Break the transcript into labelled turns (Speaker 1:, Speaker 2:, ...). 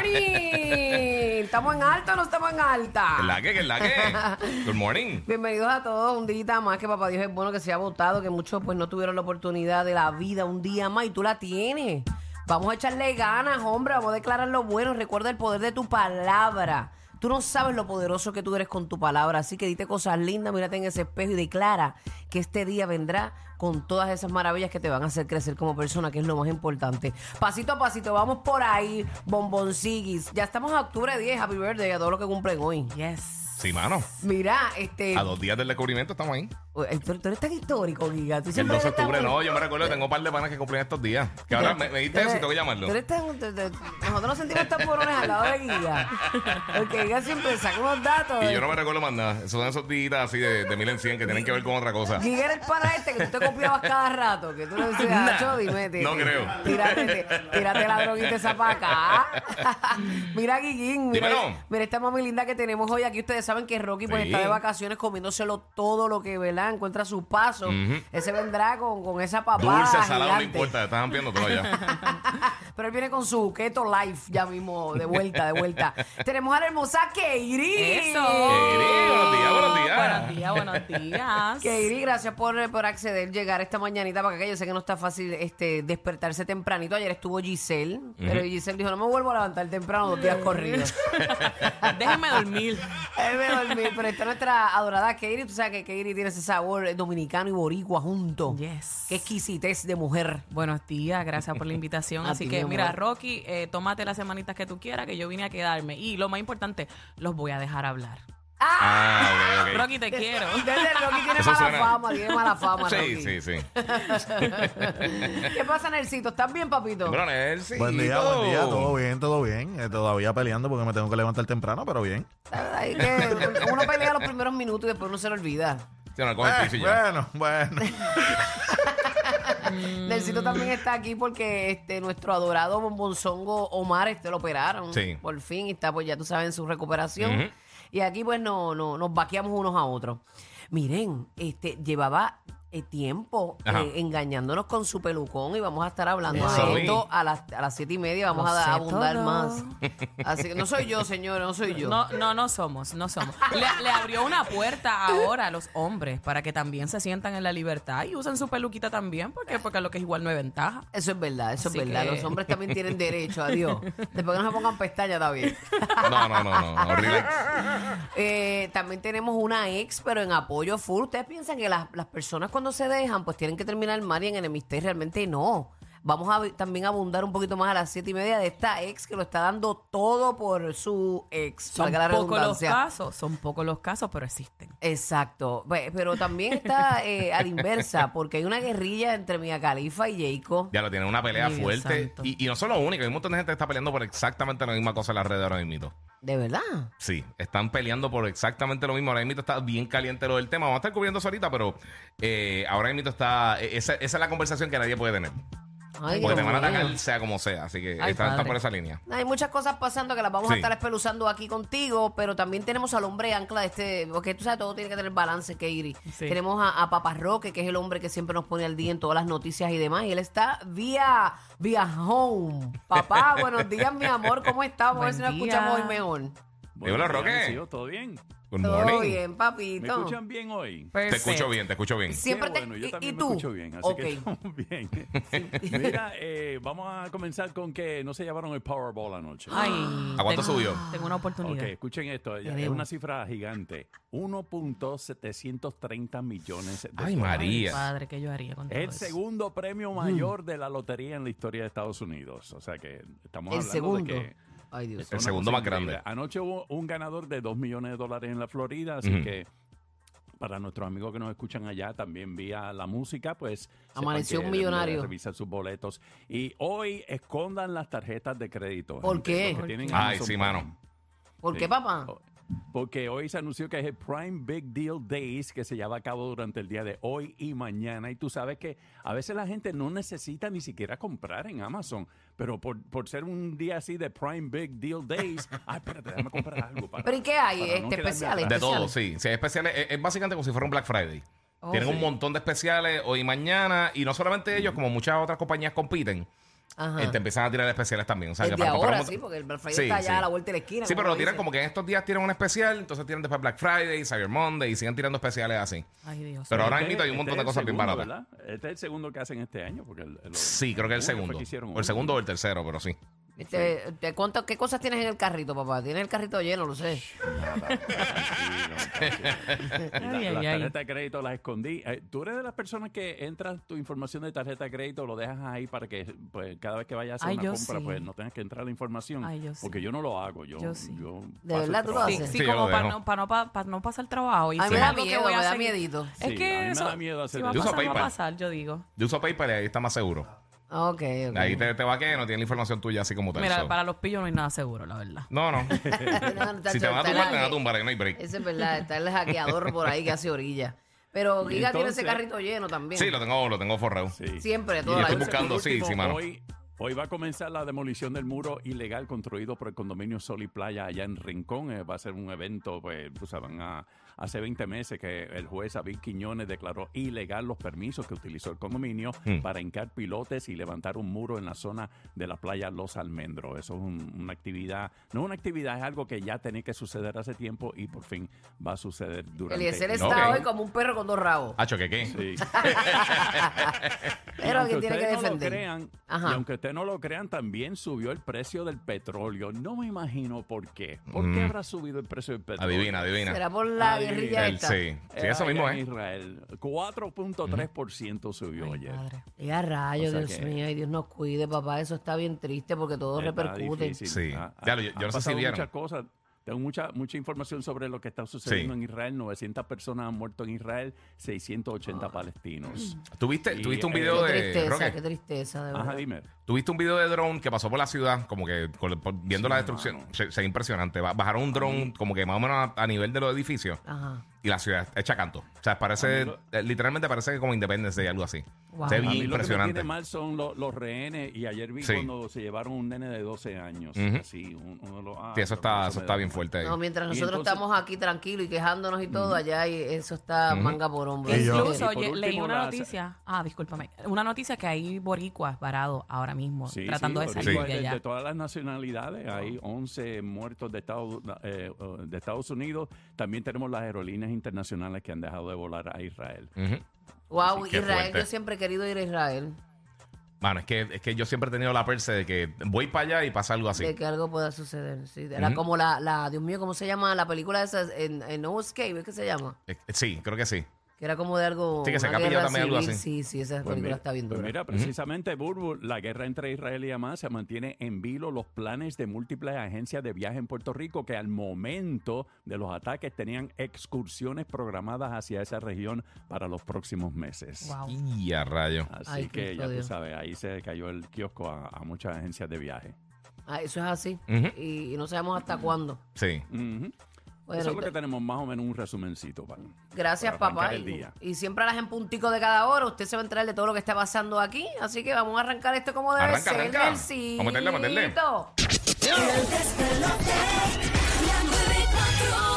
Speaker 1: Eh, estamos en alta.
Speaker 2: ¿Qué es la que? ¿Qué es la que? Good morning.
Speaker 1: Bienvenidos a todos, un día más que papá Dios es bueno que se ha votado, que muchos pues no tuvieron la oportunidad de la vida un día más y tú la tienes. Vamos a echarle ganas, hombre, vamos a declarar lo bueno, recuerda el poder de tu palabra. Tú no sabes lo poderoso que tú eres con tu palabra, así que dite cosas lindas, mírate en ese espejo y declara que este día vendrá con todas esas maravillas que te van a hacer crecer como persona, que es lo más importante. Pasito a pasito, vamos por ahí, bombonciguis. Ya estamos a octubre 10, happy birthday a todos los que cumplen hoy.
Speaker 3: Yes.
Speaker 2: Sí, mano.
Speaker 1: Mira, este.
Speaker 2: A dos días del descubrimiento estamos ahí.
Speaker 1: Uy, Pero eh, tú eres tan histórico, Giga. Tú
Speaker 2: El
Speaker 1: siempre
Speaker 2: 12 de
Speaker 1: eres tan-
Speaker 2: octubre, no, yo me recuerdo, tengo un par de panas que cumplen estos días. Que ahora me, me diste
Speaker 1: Tú
Speaker 2: eso y
Speaker 1: eres-
Speaker 2: tengo que llamarlo.
Speaker 1: tú eres tan- te- te- nosotros nos sentimos tan porones al lado de Giga. Porque Giga siempre saca unos datos.
Speaker 2: Y yo no me recuerdo más nada. Esos son esos días así de, de mil en cien que tienen que ver con otra cosa.
Speaker 1: Giga eres para este que tú te copiabas cada rato. Que tú le decías, "Acho, dime. te-
Speaker 2: no
Speaker 1: te-
Speaker 2: creo.
Speaker 1: Tírate, te- tírate la droguita esa para acá. mira, Guiguín. Mira,
Speaker 2: Dímelo.
Speaker 1: mira esta mami linda que tenemos hoy. Aquí ustedes saben que Rocky pues
Speaker 2: Sí.
Speaker 1: está de vacaciones comiéndoselo todo lo que ¿verdad? encuentra a sus pasos.
Speaker 2: Ujú.
Speaker 1: Ese vendrá con, con esa papada.
Speaker 2: Dulce, salado, no
Speaker 1: gigante.
Speaker 2: importa, estás ampliando todo ya.
Speaker 1: Pero él viene con su keto life ya mismo, de vuelta, de vuelta. Tenemos a la hermosa Keiri.
Speaker 3: Eso.
Speaker 2: Keiri, Eh, buenos días, buenos días.
Speaker 3: Buenos días, buenos días.
Speaker 1: Keiri, gracias por, por acceder, llegar esta mañanita para acá. que Yo sé que no está fácil este despertarse tempranito. Ayer estuvo Giselle, pero Giselle dijo, no me vuelvo a levantar temprano dos días corridos.
Speaker 3: Déjenme dormir.
Speaker 1: Déjeme dormir. Pero está nuestra adorada Keiri. Tú sabes que Keiri tiene ese sabor dominicano y boricua junto.
Speaker 3: Yes.
Speaker 1: Qué exquisitez de mujer.
Speaker 3: Buenos días, gracias por la invitación.
Speaker 1: A
Speaker 3: Así
Speaker 1: ti, mi
Speaker 3: que
Speaker 1: amor.
Speaker 3: mira, Rocky, eh, tómate las semanitas que tú quieras, que yo vine a quedarme. Y lo más importante, los voy a dejar hablar.
Speaker 2: Ah, ok, ok.
Speaker 3: Rocky, te quiero.
Speaker 1: Desde Rocky tiene
Speaker 2: Eso
Speaker 1: mala
Speaker 2: suena-
Speaker 1: fama, tiene mala fama.
Speaker 2: Sí,
Speaker 1: Rocky.
Speaker 2: sí, sí.
Speaker 1: ¿Qué pasa, Nercito? ¿Estás bien, papito?
Speaker 2: Bueno, Nelson.
Speaker 4: Buen día, buen día, todo bien, todo bien. Eh, todavía peleando porque me tengo que levantar temprano, pero bien.
Speaker 1: Ay, que uno pelea los primeros minutos y después uno se lo olvida.
Speaker 2: Sí, no, coge el piso y
Speaker 4: Eh,
Speaker 2: ya.
Speaker 4: bueno, bueno.
Speaker 3: Mm.
Speaker 1: Nelsito también está aquí porque este nuestro adorado bombonzongo Omar este lo operaron.
Speaker 2: Sí.
Speaker 1: Por fin y está, pues ya tú sabes, en su recuperación.
Speaker 2: Ujú.
Speaker 1: Y aquí pues no, no, nos vaqueamos unos a otros. Miren, este llevaba eh, tiempo
Speaker 2: Ajá.
Speaker 1: eh, engañándonos con su pelucón y vamos a estar hablando
Speaker 2: Eso
Speaker 1: de
Speaker 2: vi.
Speaker 1: esto a las, a las siete y media. Vamos
Speaker 3: Lo
Speaker 1: a da-
Speaker 3: sé
Speaker 1: abundar
Speaker 3: todo.
Speaker 1: más. Así que no soy yo, señores, no soy yo.
Speaker 3: No, no, no somos, no somos. Le, le abrió una puerta ahora a los hombres para que también se sientan en la libertad y usen su peluquita también, porque, porque lo que es igual no es ventaja.
Speaker 1: Eso es verdad, eso
Speaker 3: Así
Speaker 1: es verdad.
Speaker 3: que-
Speaker 1: Los hombres también tienen derecho, adiós. Después que no se pongan pestañas, está bien.
Speaker 2: No, no, no, no. no, relax.
Speaker 1: Eh, también tenemos una ex, pero en apoyo full. ¿Ustedes piensan que las, las personas cuando se dejan, pues tienen que terminar mal y en enemistad? Y realmente no. Vamos a vi- también abundar un poquito más a las siete y media de esta ex que lo está dando todo por su ex.
Speaker 3: Son
Speaker 1: valga la
Speaker 3: pocos los
Speaker 1: redundancia.
Speaker 3: casos, son pocos los casos, pero existen.
Speaker 1: Exacto. Pe- Pero también está eh, a la inversa, porque hay una guerrilla entre Mia Califa y Jacob.
Speaker 2: Ya lo tienen una pelea
Speaker 3: Ay, Dios
Speaker 2: fuerte.
Speaker 3: santo.
Speaker 2: Y, y no son los únicos, hay un montón de gente que está peleando por exactamente la misma cosa en las redes ahora mismo.
Speaker 1: De verdad.
Speaker 2: Sí, están peleando por exactamente lo mismo. Ahora mismo está bien caliente lo del tema. Vamos a estar cubriendo eso ahorita, pero eh, ahora mismo está. eh, Esa, esa es la conversación que nadie puede tener.
Speaker 1: Ay,
Speaker 2: Porque te
Speaker 1: Dios
Speaker 2: van a
Speaker 1: mío.
Speaker 2: atacar sea como sea. Así que están,
Speaker 3: Ay,
Speaker 2: están
Speaker 3: padre.
Speaker 2: por esa línea.
Speaker 1: Hay muchas cosas pasando que las vamos a
Speaker 2: Sí.
Speaker 1: estar espeluzando aquí contigo, pero también tenemos al hombre ancla de este, porque tú sabes, todo tiene que tener balance, Keiri.
Speaker 3: Sí.
Speaker 1: Tenemos a, a Papá Roque, que es el hombre que siempre nos pone al día en todas las noticias y demás, y él está vía, vía home. Papá, buenos días, mi amor, ¿cómo estás? Vamos a ver si
Speaker 3: Buen
Speaker 1: nos
Speaker 3: día.
Speaker 1: escuchamos hoy mejor.
Speaker 2: Dímelo,
Speaker 5: días,
Speaker 2: Roque.
Speaker 5: mis hijos, ¿Todo bien?
Speaker 2: Good
Speaker 1: Todo
Speaker 2: morning.
Speaker 1: bien,
Speaker 5: ¿Me
Speaker 1: papito.
Speaker 5: escuchan bien hoy?
Speaker 2: Te escucho bien, te escucho bien.
Speaker 1: Sí. Siempre te-
Speaker 5: Qué bueno,
Speaker 1: y-
Speaker 5: yo también
Speaker 1: y
Speaker 5: me
Speaker 1: tú.
Speaker 5: escucho bien, así
Speaker 1: Ok.
Speaker 5: que estamos bien. Mira, eh, vamos a comenzar con que no se llevaron el Powerball anoche.
Speaker 3: Ay,
Speaker 2: ¿A cuánto
Speaker 3: tengo-
Speaker 2: subió?
Speaker 3: Tengo una
Speaker 5: Ok,
Speaker 3: oportunidad.
Speaker 5: escuchen esto,
Speaker 1: Ah, Te
Speaker 5: es
Speaker 1: debo.
Speaker 5: una cifra gigante. 1.730 millones de
Speaker 2: Ay,
Speaker 5: dólares.
Speaker 2: María.
Speaker 3: Padre, ¿qué yo haría con todo
Speaker 5: El
Speaker 3: eso?
Speaker 5: segundo
Speaker 1: Mm.
Speaker 5: premio mayor de la lotería en la historia de Estados Unidos. O sea que estamos
Speaker 1: El
Speaker 5: hablando
Speaker 1: segundo.
Speaker 5: de que
Speaker 1: Ay, Dios.
Speaker 5: Es una
Speaker 2: segundo
Speaker 5: cosa
Speaker 2: más grande.
Speaker 5: increíble. Anoche hubo un ganador de 2 millones de dólares en la Florida, así
Speaker 2: Ujú.
Speaker 5: que para nuestros amigos que nos escuchan allá, también vía la música, pues... sepan
Speaker 1: Amaneció
Speaker 5: que
Speaker 1: un
Speaker 5: deben de
Speaker 1: millonario.
Speaker 5: Revisar sus boletos. Y hoy escondan las tarjetas de crédito.
Speaker 1: ¿Por
Speaker 5: gente,
Speaker 1: qué?
Speaker 5: los que
Speaker 1: ¿Por
Speaker 5: tienen
Speaker 2: qué? Ay,
Speaker 5: Amazon
Speaker 2: sí,
Speaker 5: Prime.
Speaker 2: mano.
Speaker 1: ¿Por
Speaker 5: Sí.
Speaker 1: qué, papá?
Speaker 5: Oh, Porque hoy se anunció que es el Prime Big Deal Days que se lleva a cabo durante el día de hoy y mañana. Y tú sabes que a veces la gente no necesita ni siquiera comprar en Amazon, pero por, por ser un día así de Prime Big Deal Days, ay, espérate, déjame comprar algo. para-
Speaker 1: ¿Pero y qué hay?
Speaker 5: para no
Speaker 1: Este,
Speaker 5: quedarme
Speaker 1: especiales. Oh,
Speaker 5: atrás.
Speaker 2: De todo, sí. Si hay especiales, es, es básicamente como si fuera un Black Friday. Tienen un montón de especiales hoy y mañana. Y no solamente ellos, como muchas otras compañías compiten.
Speaker 1: Ajá.
Speaker 2: eh, te empiezan a tirar especiales también. O sea, que
Speaker 1: Desde
Speaker 2: para comprar
Speaker 1: ahora,
Speaker 2: un
Speaker 1: sí,
Speaker 2: montón-
Speaker 1: porque el Black Friday
Speaker 2: Sí,
Speaker 1: está allá
Speaker 2: sí.
Speaker 1: a la vuelta de la esquina.
Speaker 2: Sí, pero lo tiran como que en estos días tiran un especial, entonces tiran después Black Friday, Cyber Monday, y siguen tirando especiales así.
Speaker 3: Ay, Dios.
Speaker 2: Pero ahora
Speaker 5: Este-
Speaker 2: mismo hay un
Speaker 5: este
Speaker 2: montón
Speaker 5: es
Speaker 2: de
Speaker 5: el
Speaker 2: cosas bien
Speaker 5: segundo,
Speaker 2: baratas.
Speaker 5: ¿verdad? Este es el segundo que hacen este año. Porque el- el-
Speaker 2: Sí, creo que el
Speaker 5: Uy, fue
Speaker 2: segundo.
Speaker 5: hicieron
Speaker 2: O el
Speaker 5: uno.
Speaker 2: segundo o el tercero, pero sí.
Speaker 1: Este, este, ¿cuánto- ¿Qué cosas tienes en el carrito, papá? Tienes el carrito lleno, lo sé.
Speaker 5: Y la-
Speaker 3: Ay, ay,
Speaker 5: las
Speaker 3: ay.
Speaker 5: tarjetas de crédito las escondí. Eh, ¿Tú eres de las personas que entras tu información de tarjeta de crédito, lo dejas ahí para que pues, cada vez que vayas a hacer
Speaker 3: Ay,
Speaker 5: una
Speaker 3: yo
Speaker 5: compra,
Speaker 3: sí.
Speaker 5: pues no tengas que entrar la información?
Speaker 3: Ay, yo sí.
Speaker 5: Porque yo no lo hago. Yo,
Speaker 3: Yo sí.
Speaker 1: ¿De
Speaker 5: paso el
Speaker 1: verdad tú lo
Speaker 5: trabajo.
Speaker 3: Sí,
Speaker 1: haces?
Speaker 3: sí,
Speaker 2: Sí, yo
Speaker 3: como
Speaker 2: lo
Speaker 3: para
Speaker 2: dejo.
Speaker 3: no, para, no, pa- pa' no pasar trabajo. Y
Speaker 1: Ay,
Speaker 3: si
Speaker 1: me
Speaker 3: es
Speaker 1: da
Speaker 3: algo que
Speaker 1: miedo,
Speaker 3: voy a
Speaker 1: me da
Speaker 3: seguir-
Speaker 1: miedito.
Speaker 5: Sí,
Speaker 3: Es
Speaker 5: a mí
Speaker 3: que
Speaker 5: me
Speaker 3: eso,
Speaker 5: da miedo hacer
Speaker 3: si va a
Speaker 2: eso. Uso
Speaker 3: pasar, va a
Speaker 2: PayPal.
Speaker 3: pasar, yo digo.
Speaker 2: Yo uso PayPal y ahí está más seguro.
Speaker 1: Ah, Ok, ok.
Speaker 2: Ahí te, te va que no tiene la información tuya así como tal.
Speaker 3: Mira,
Speaker 2: so.
Speaker 3: para los pillos no hay nada seguro, la verdad.
Speaker 2: No, no.
Speaker 1: No, no,
Speaker 2: si te
Speaker 1: chacho,
Speaker 2: van a
Speaker 1: está
Speaker 2: tumbar,
Speaker 1: la-
Speaker 2: te van a tumbar, ahí no hay break.
Speaker 1: Ese es verdad, está el hackeador por ahí que hace orilla. Pero
Speaker 5: Y
Speaker 1: Giga tiene ese
Speaker 5: entonces-
Speaker 1: carrito lleno también.
Speaker 2: Sí, lo tengo, lo tengo forrado.
Speaker 5: Sí.
Speaker 1: Siempre,
Speaker 5: Y
Speaker 1: toda la
Speaker 2: estoy
Speaker 5: entonces,
Speaker 1: vida.
Speaker 2: buscando,
Speaker 5: por
Speaker 2: sí, sí, mano.
Speaker 5: Hoy, hoy va a comenzar la demolición del muro ilegal construido por el condominio Sol y Playa allá en Rincón. Eh, va a ser un evento, pues, tú sabes, van a- hace 20 meses que el juez David Quiñones declaró ilegal los permisos que utilizó el condominio
Speaker 2: Mm.
Speaker 5: para hincar pilotes y levantar un muro en la zona de la playa Los Almendros. Eso es un- una actividad, no es una actividad, es algo que ya tenía que suceder hace tiempo y por fin va a suceder durante este
Speaker 1: Eliezer E está
Speaker 2: Ok. Ah,
Speaker 1: hoy como un perro con dos rabos.
Speaker 2: Hacho, ¿qué qué?
Speaker 5: Sí. Y
Speaker 1: Pero
Speaker 5: aunque
Speaker 1: alguien tiene que
Speaker 5: ustedes
Speaker 1: defender.
Speaker 5: No lo crean,
Speaker 1: Ajá.
Speaker 5: Y aunque ustedes no lo crean, también subió el precio del petróleo. No me imagino por qué. ¿Por qué
Speaker 2: Mm.
Speaker 5: habrá subido el precio del petróleo?
Speaker 2: Adivina,
Speaker 1: Será
Speaker 2: adivina.
Speaker 1: por la
Speaker 5: Adivina.
Speaker 1: guerrilla
Speaker 2: El-
Speaker 1: esta.
Speaker 2: sí, sí, eso
Speaker 5: Allá
Speaker 2: mismo ¿eh?
Speaker 5: en
Speaker 2: es.
Speaker 5: Israel, 4.3% subió
Speaker 3: Ay,
Speaker 5: ayer.
Speaker 3: madre.
Speaker 1: Y a rayos,
Speaker 5: O sea
Speaker 1: Dios
Speaker 5: que-
Speaker 1: mío, ay Dios nos cuide, papá. Eso está bien triste porque todo
Speaker 5: Está
Speaker 1: repercute.
Speaker 5: difícil.
Speaker 2: Sí.
Speaker 5: Ha-
Speaker 2: Ya lo- yo no
Speaker 5: ha-
Speaker 2: sé
Speaker 5: han
Speaker 2: si
Speaker 5: pasado
Speaker 2: vieron.
Speaker 5: muchas cosas. Tengo mucha, mucha información sobre lo que está sucediendo en Israel. 900 personas han muerto en Israel, 680
Speaker 1: Ah.
Speaker 5: palestinos.
Speaker 1: Mm.
Speaker 2: ¿Tuviste,
Speaker 5: Y,
Speaker 2: tuviste un
Speaker 5: eh,
Speaker 2: video
Speaker 1: Qué
Speaker 2: de.
Speaker 1: tristeza, qué
Speaker 2: Roque,
Speaker 1: tristeza, de
Speaker 5: Ajá,
Speaker 1: verdad.
Speaker 5: dime.
Speaker 2: tuviste un video de drone que pasó por la ciudad, como que con- por- viendo
Speaker 5: Sí,
Speaker 2: la destrucción.
Speaker 5: mano.
Speaker 2: Se, se ve impresionante. Ba- Bajaron un drone como que más o menos a, a nivel de los edificios
Speaker 1: Ajá.
Speaker 2: y la ciudad hecha canto. O sea, parece.
Speaker 5: A mí
Speaker 2: eh, Literalmente parece como Independence Day, algo así.
Speaker 1: Wow.
Speaker 2: Se
Speaker 1: A
Speaker 2: ve
Speaker 5: A
Speaker 2: bien
Speaker 5: mí Lo que me
Speaker 2: impresionante.
Speaker 5: tiene mal son lo- los rehenes y ayer vi
Speaker 2: Sí.
Speaker 5: cuando se llevaron un nene de 12 años.
Speaker 2: Ujú.
Speaker 5: Así, un- uno de los- ah,
Speaker 2: Sí, eso está,
Speaker 5: me
Speaker 2: eso
Speaker 5: da
Speaker 2: está bien
Speaker 5: mal.
Speaker 2: fuerte ahí.
Speaker 1: No, mientras
Speaker 5: Y
Speaker 1: nosotros
Speaker 5: entonces- Mm.
Speaker 1: estamos aquí tranquilos y quejándonos y todo, allá y eso está manga por hombro.
Speaker 4: Y
Speaker 1: Así
Speaker 4: yo-
Speaker 1: que-
Speaker 3: Incluso
Speaker 5: Y por
Speaker 3: oye, leí
Speaker 5: último,
Speaker 3: una
Speaker 5: la-
Speaker 3: noticia, ah, discúlpame, una noticia que hay boricuas varados ahora mismo
Speaker 5: Sí,
Speaker 3: tratando
Speaker 5: sí,
Speaker 3: de
Speaker 5: los
Speaker 3: salir
Speaker 5: ricos
Speaker 3: de
Speaker 5: de,
Speaker 3: allá.
Speaker 5: de todas las nacionalidades, hay 11 muertos de Estados, eh, eh, de Estados Unidos. También tenemos las aerolíneas internacionales que han dejado de volar a Israel.
Speaker 2: Ujú.
Speaker 1: Wow,
Speaker 2: Sí, qué
Speaker 1: Israel,
Speaker 2: fuerte.
Speaker 1: yo siempre he querido ir a Israel.
Speaker 2: Mano, es que, es que yo siempre he tenido la perse de que voy para allá y pasa algo así.
Speaker 1: De que algo pueda suceder. Sí, era
Speaker 2: Ujú.
Speaker 1: como la, la, Dios mío, ¿cómo se llama? La película esa, en, en No Escape, ¿es que se llama?
Speaker 2: Eh, Sí, creo que sí.
Speaker 1: Que era como de algo.
Speaker 2: Sí, que se
Speaker 1: una
Speaker 2: capilla
Speaker 1: guerra
Speaker 2: también, algo
Speaker 1: civil.
Speaker 2: así.
Speaker 1: Sí, sí, esa
Speaker 5: Pues
Speaker 1: película
Speaker 5: mira,
Speaker 1: está bien
Speaker 5: pues
Speaker 1: dura.
Speaker 5: mira, precisamente, Burbu, la guerra entre Israel y Hamas se mantiene en vilo los planes de múltiples agencias de viaje en Puerto Rico que al momento de los ataques tenían excursiones programadas hacia esa región para los próximos meses.
Speaker 3: Wow.
Speaker 2: Y a rayo.
Speaker 5: Así
Speaker 1: Ay,
Speaker 5: que
Speaker 1: Cristo
Speaker 5: ya tú
Speaker 1: Dios.
Speaker 5: sabes, ahí se cayó el kiosco a, a muchas agencias de viaje.
Speaker 1: Ah, eso es así.
Speaker 2: Ujú.
Speaker 1: y, y no sabemos hasta cuándo.
Speaker 2: Sí.
Speaker 5: Ujú.
Speaker 1: Bueno,
Speaker 5: Eso es lo que
Speaker 1: entonces-
Speaker 5: tenemos más o menos un resumencito. Para,
Speaker 1: Gracias,
Speaker 5: para
Speaker 1: papá.
Speaker 5: arrancar el
Speaker 1: Y,
Speaker 5: día.
Speaker 1: y siempre a las en puntico de cada hora. Usted se va a enterar de todo lo que está pasando aquí. Así que vamos a arrancar esto como debe
Speaker 2: Arranca,
Speaker 1: ser.
Speaker 2: arranca.
Speaker 1: Nelsito.
Speaker 2: Vamos a meterle, a meterle.
Speaker 6: El despelote. La 94.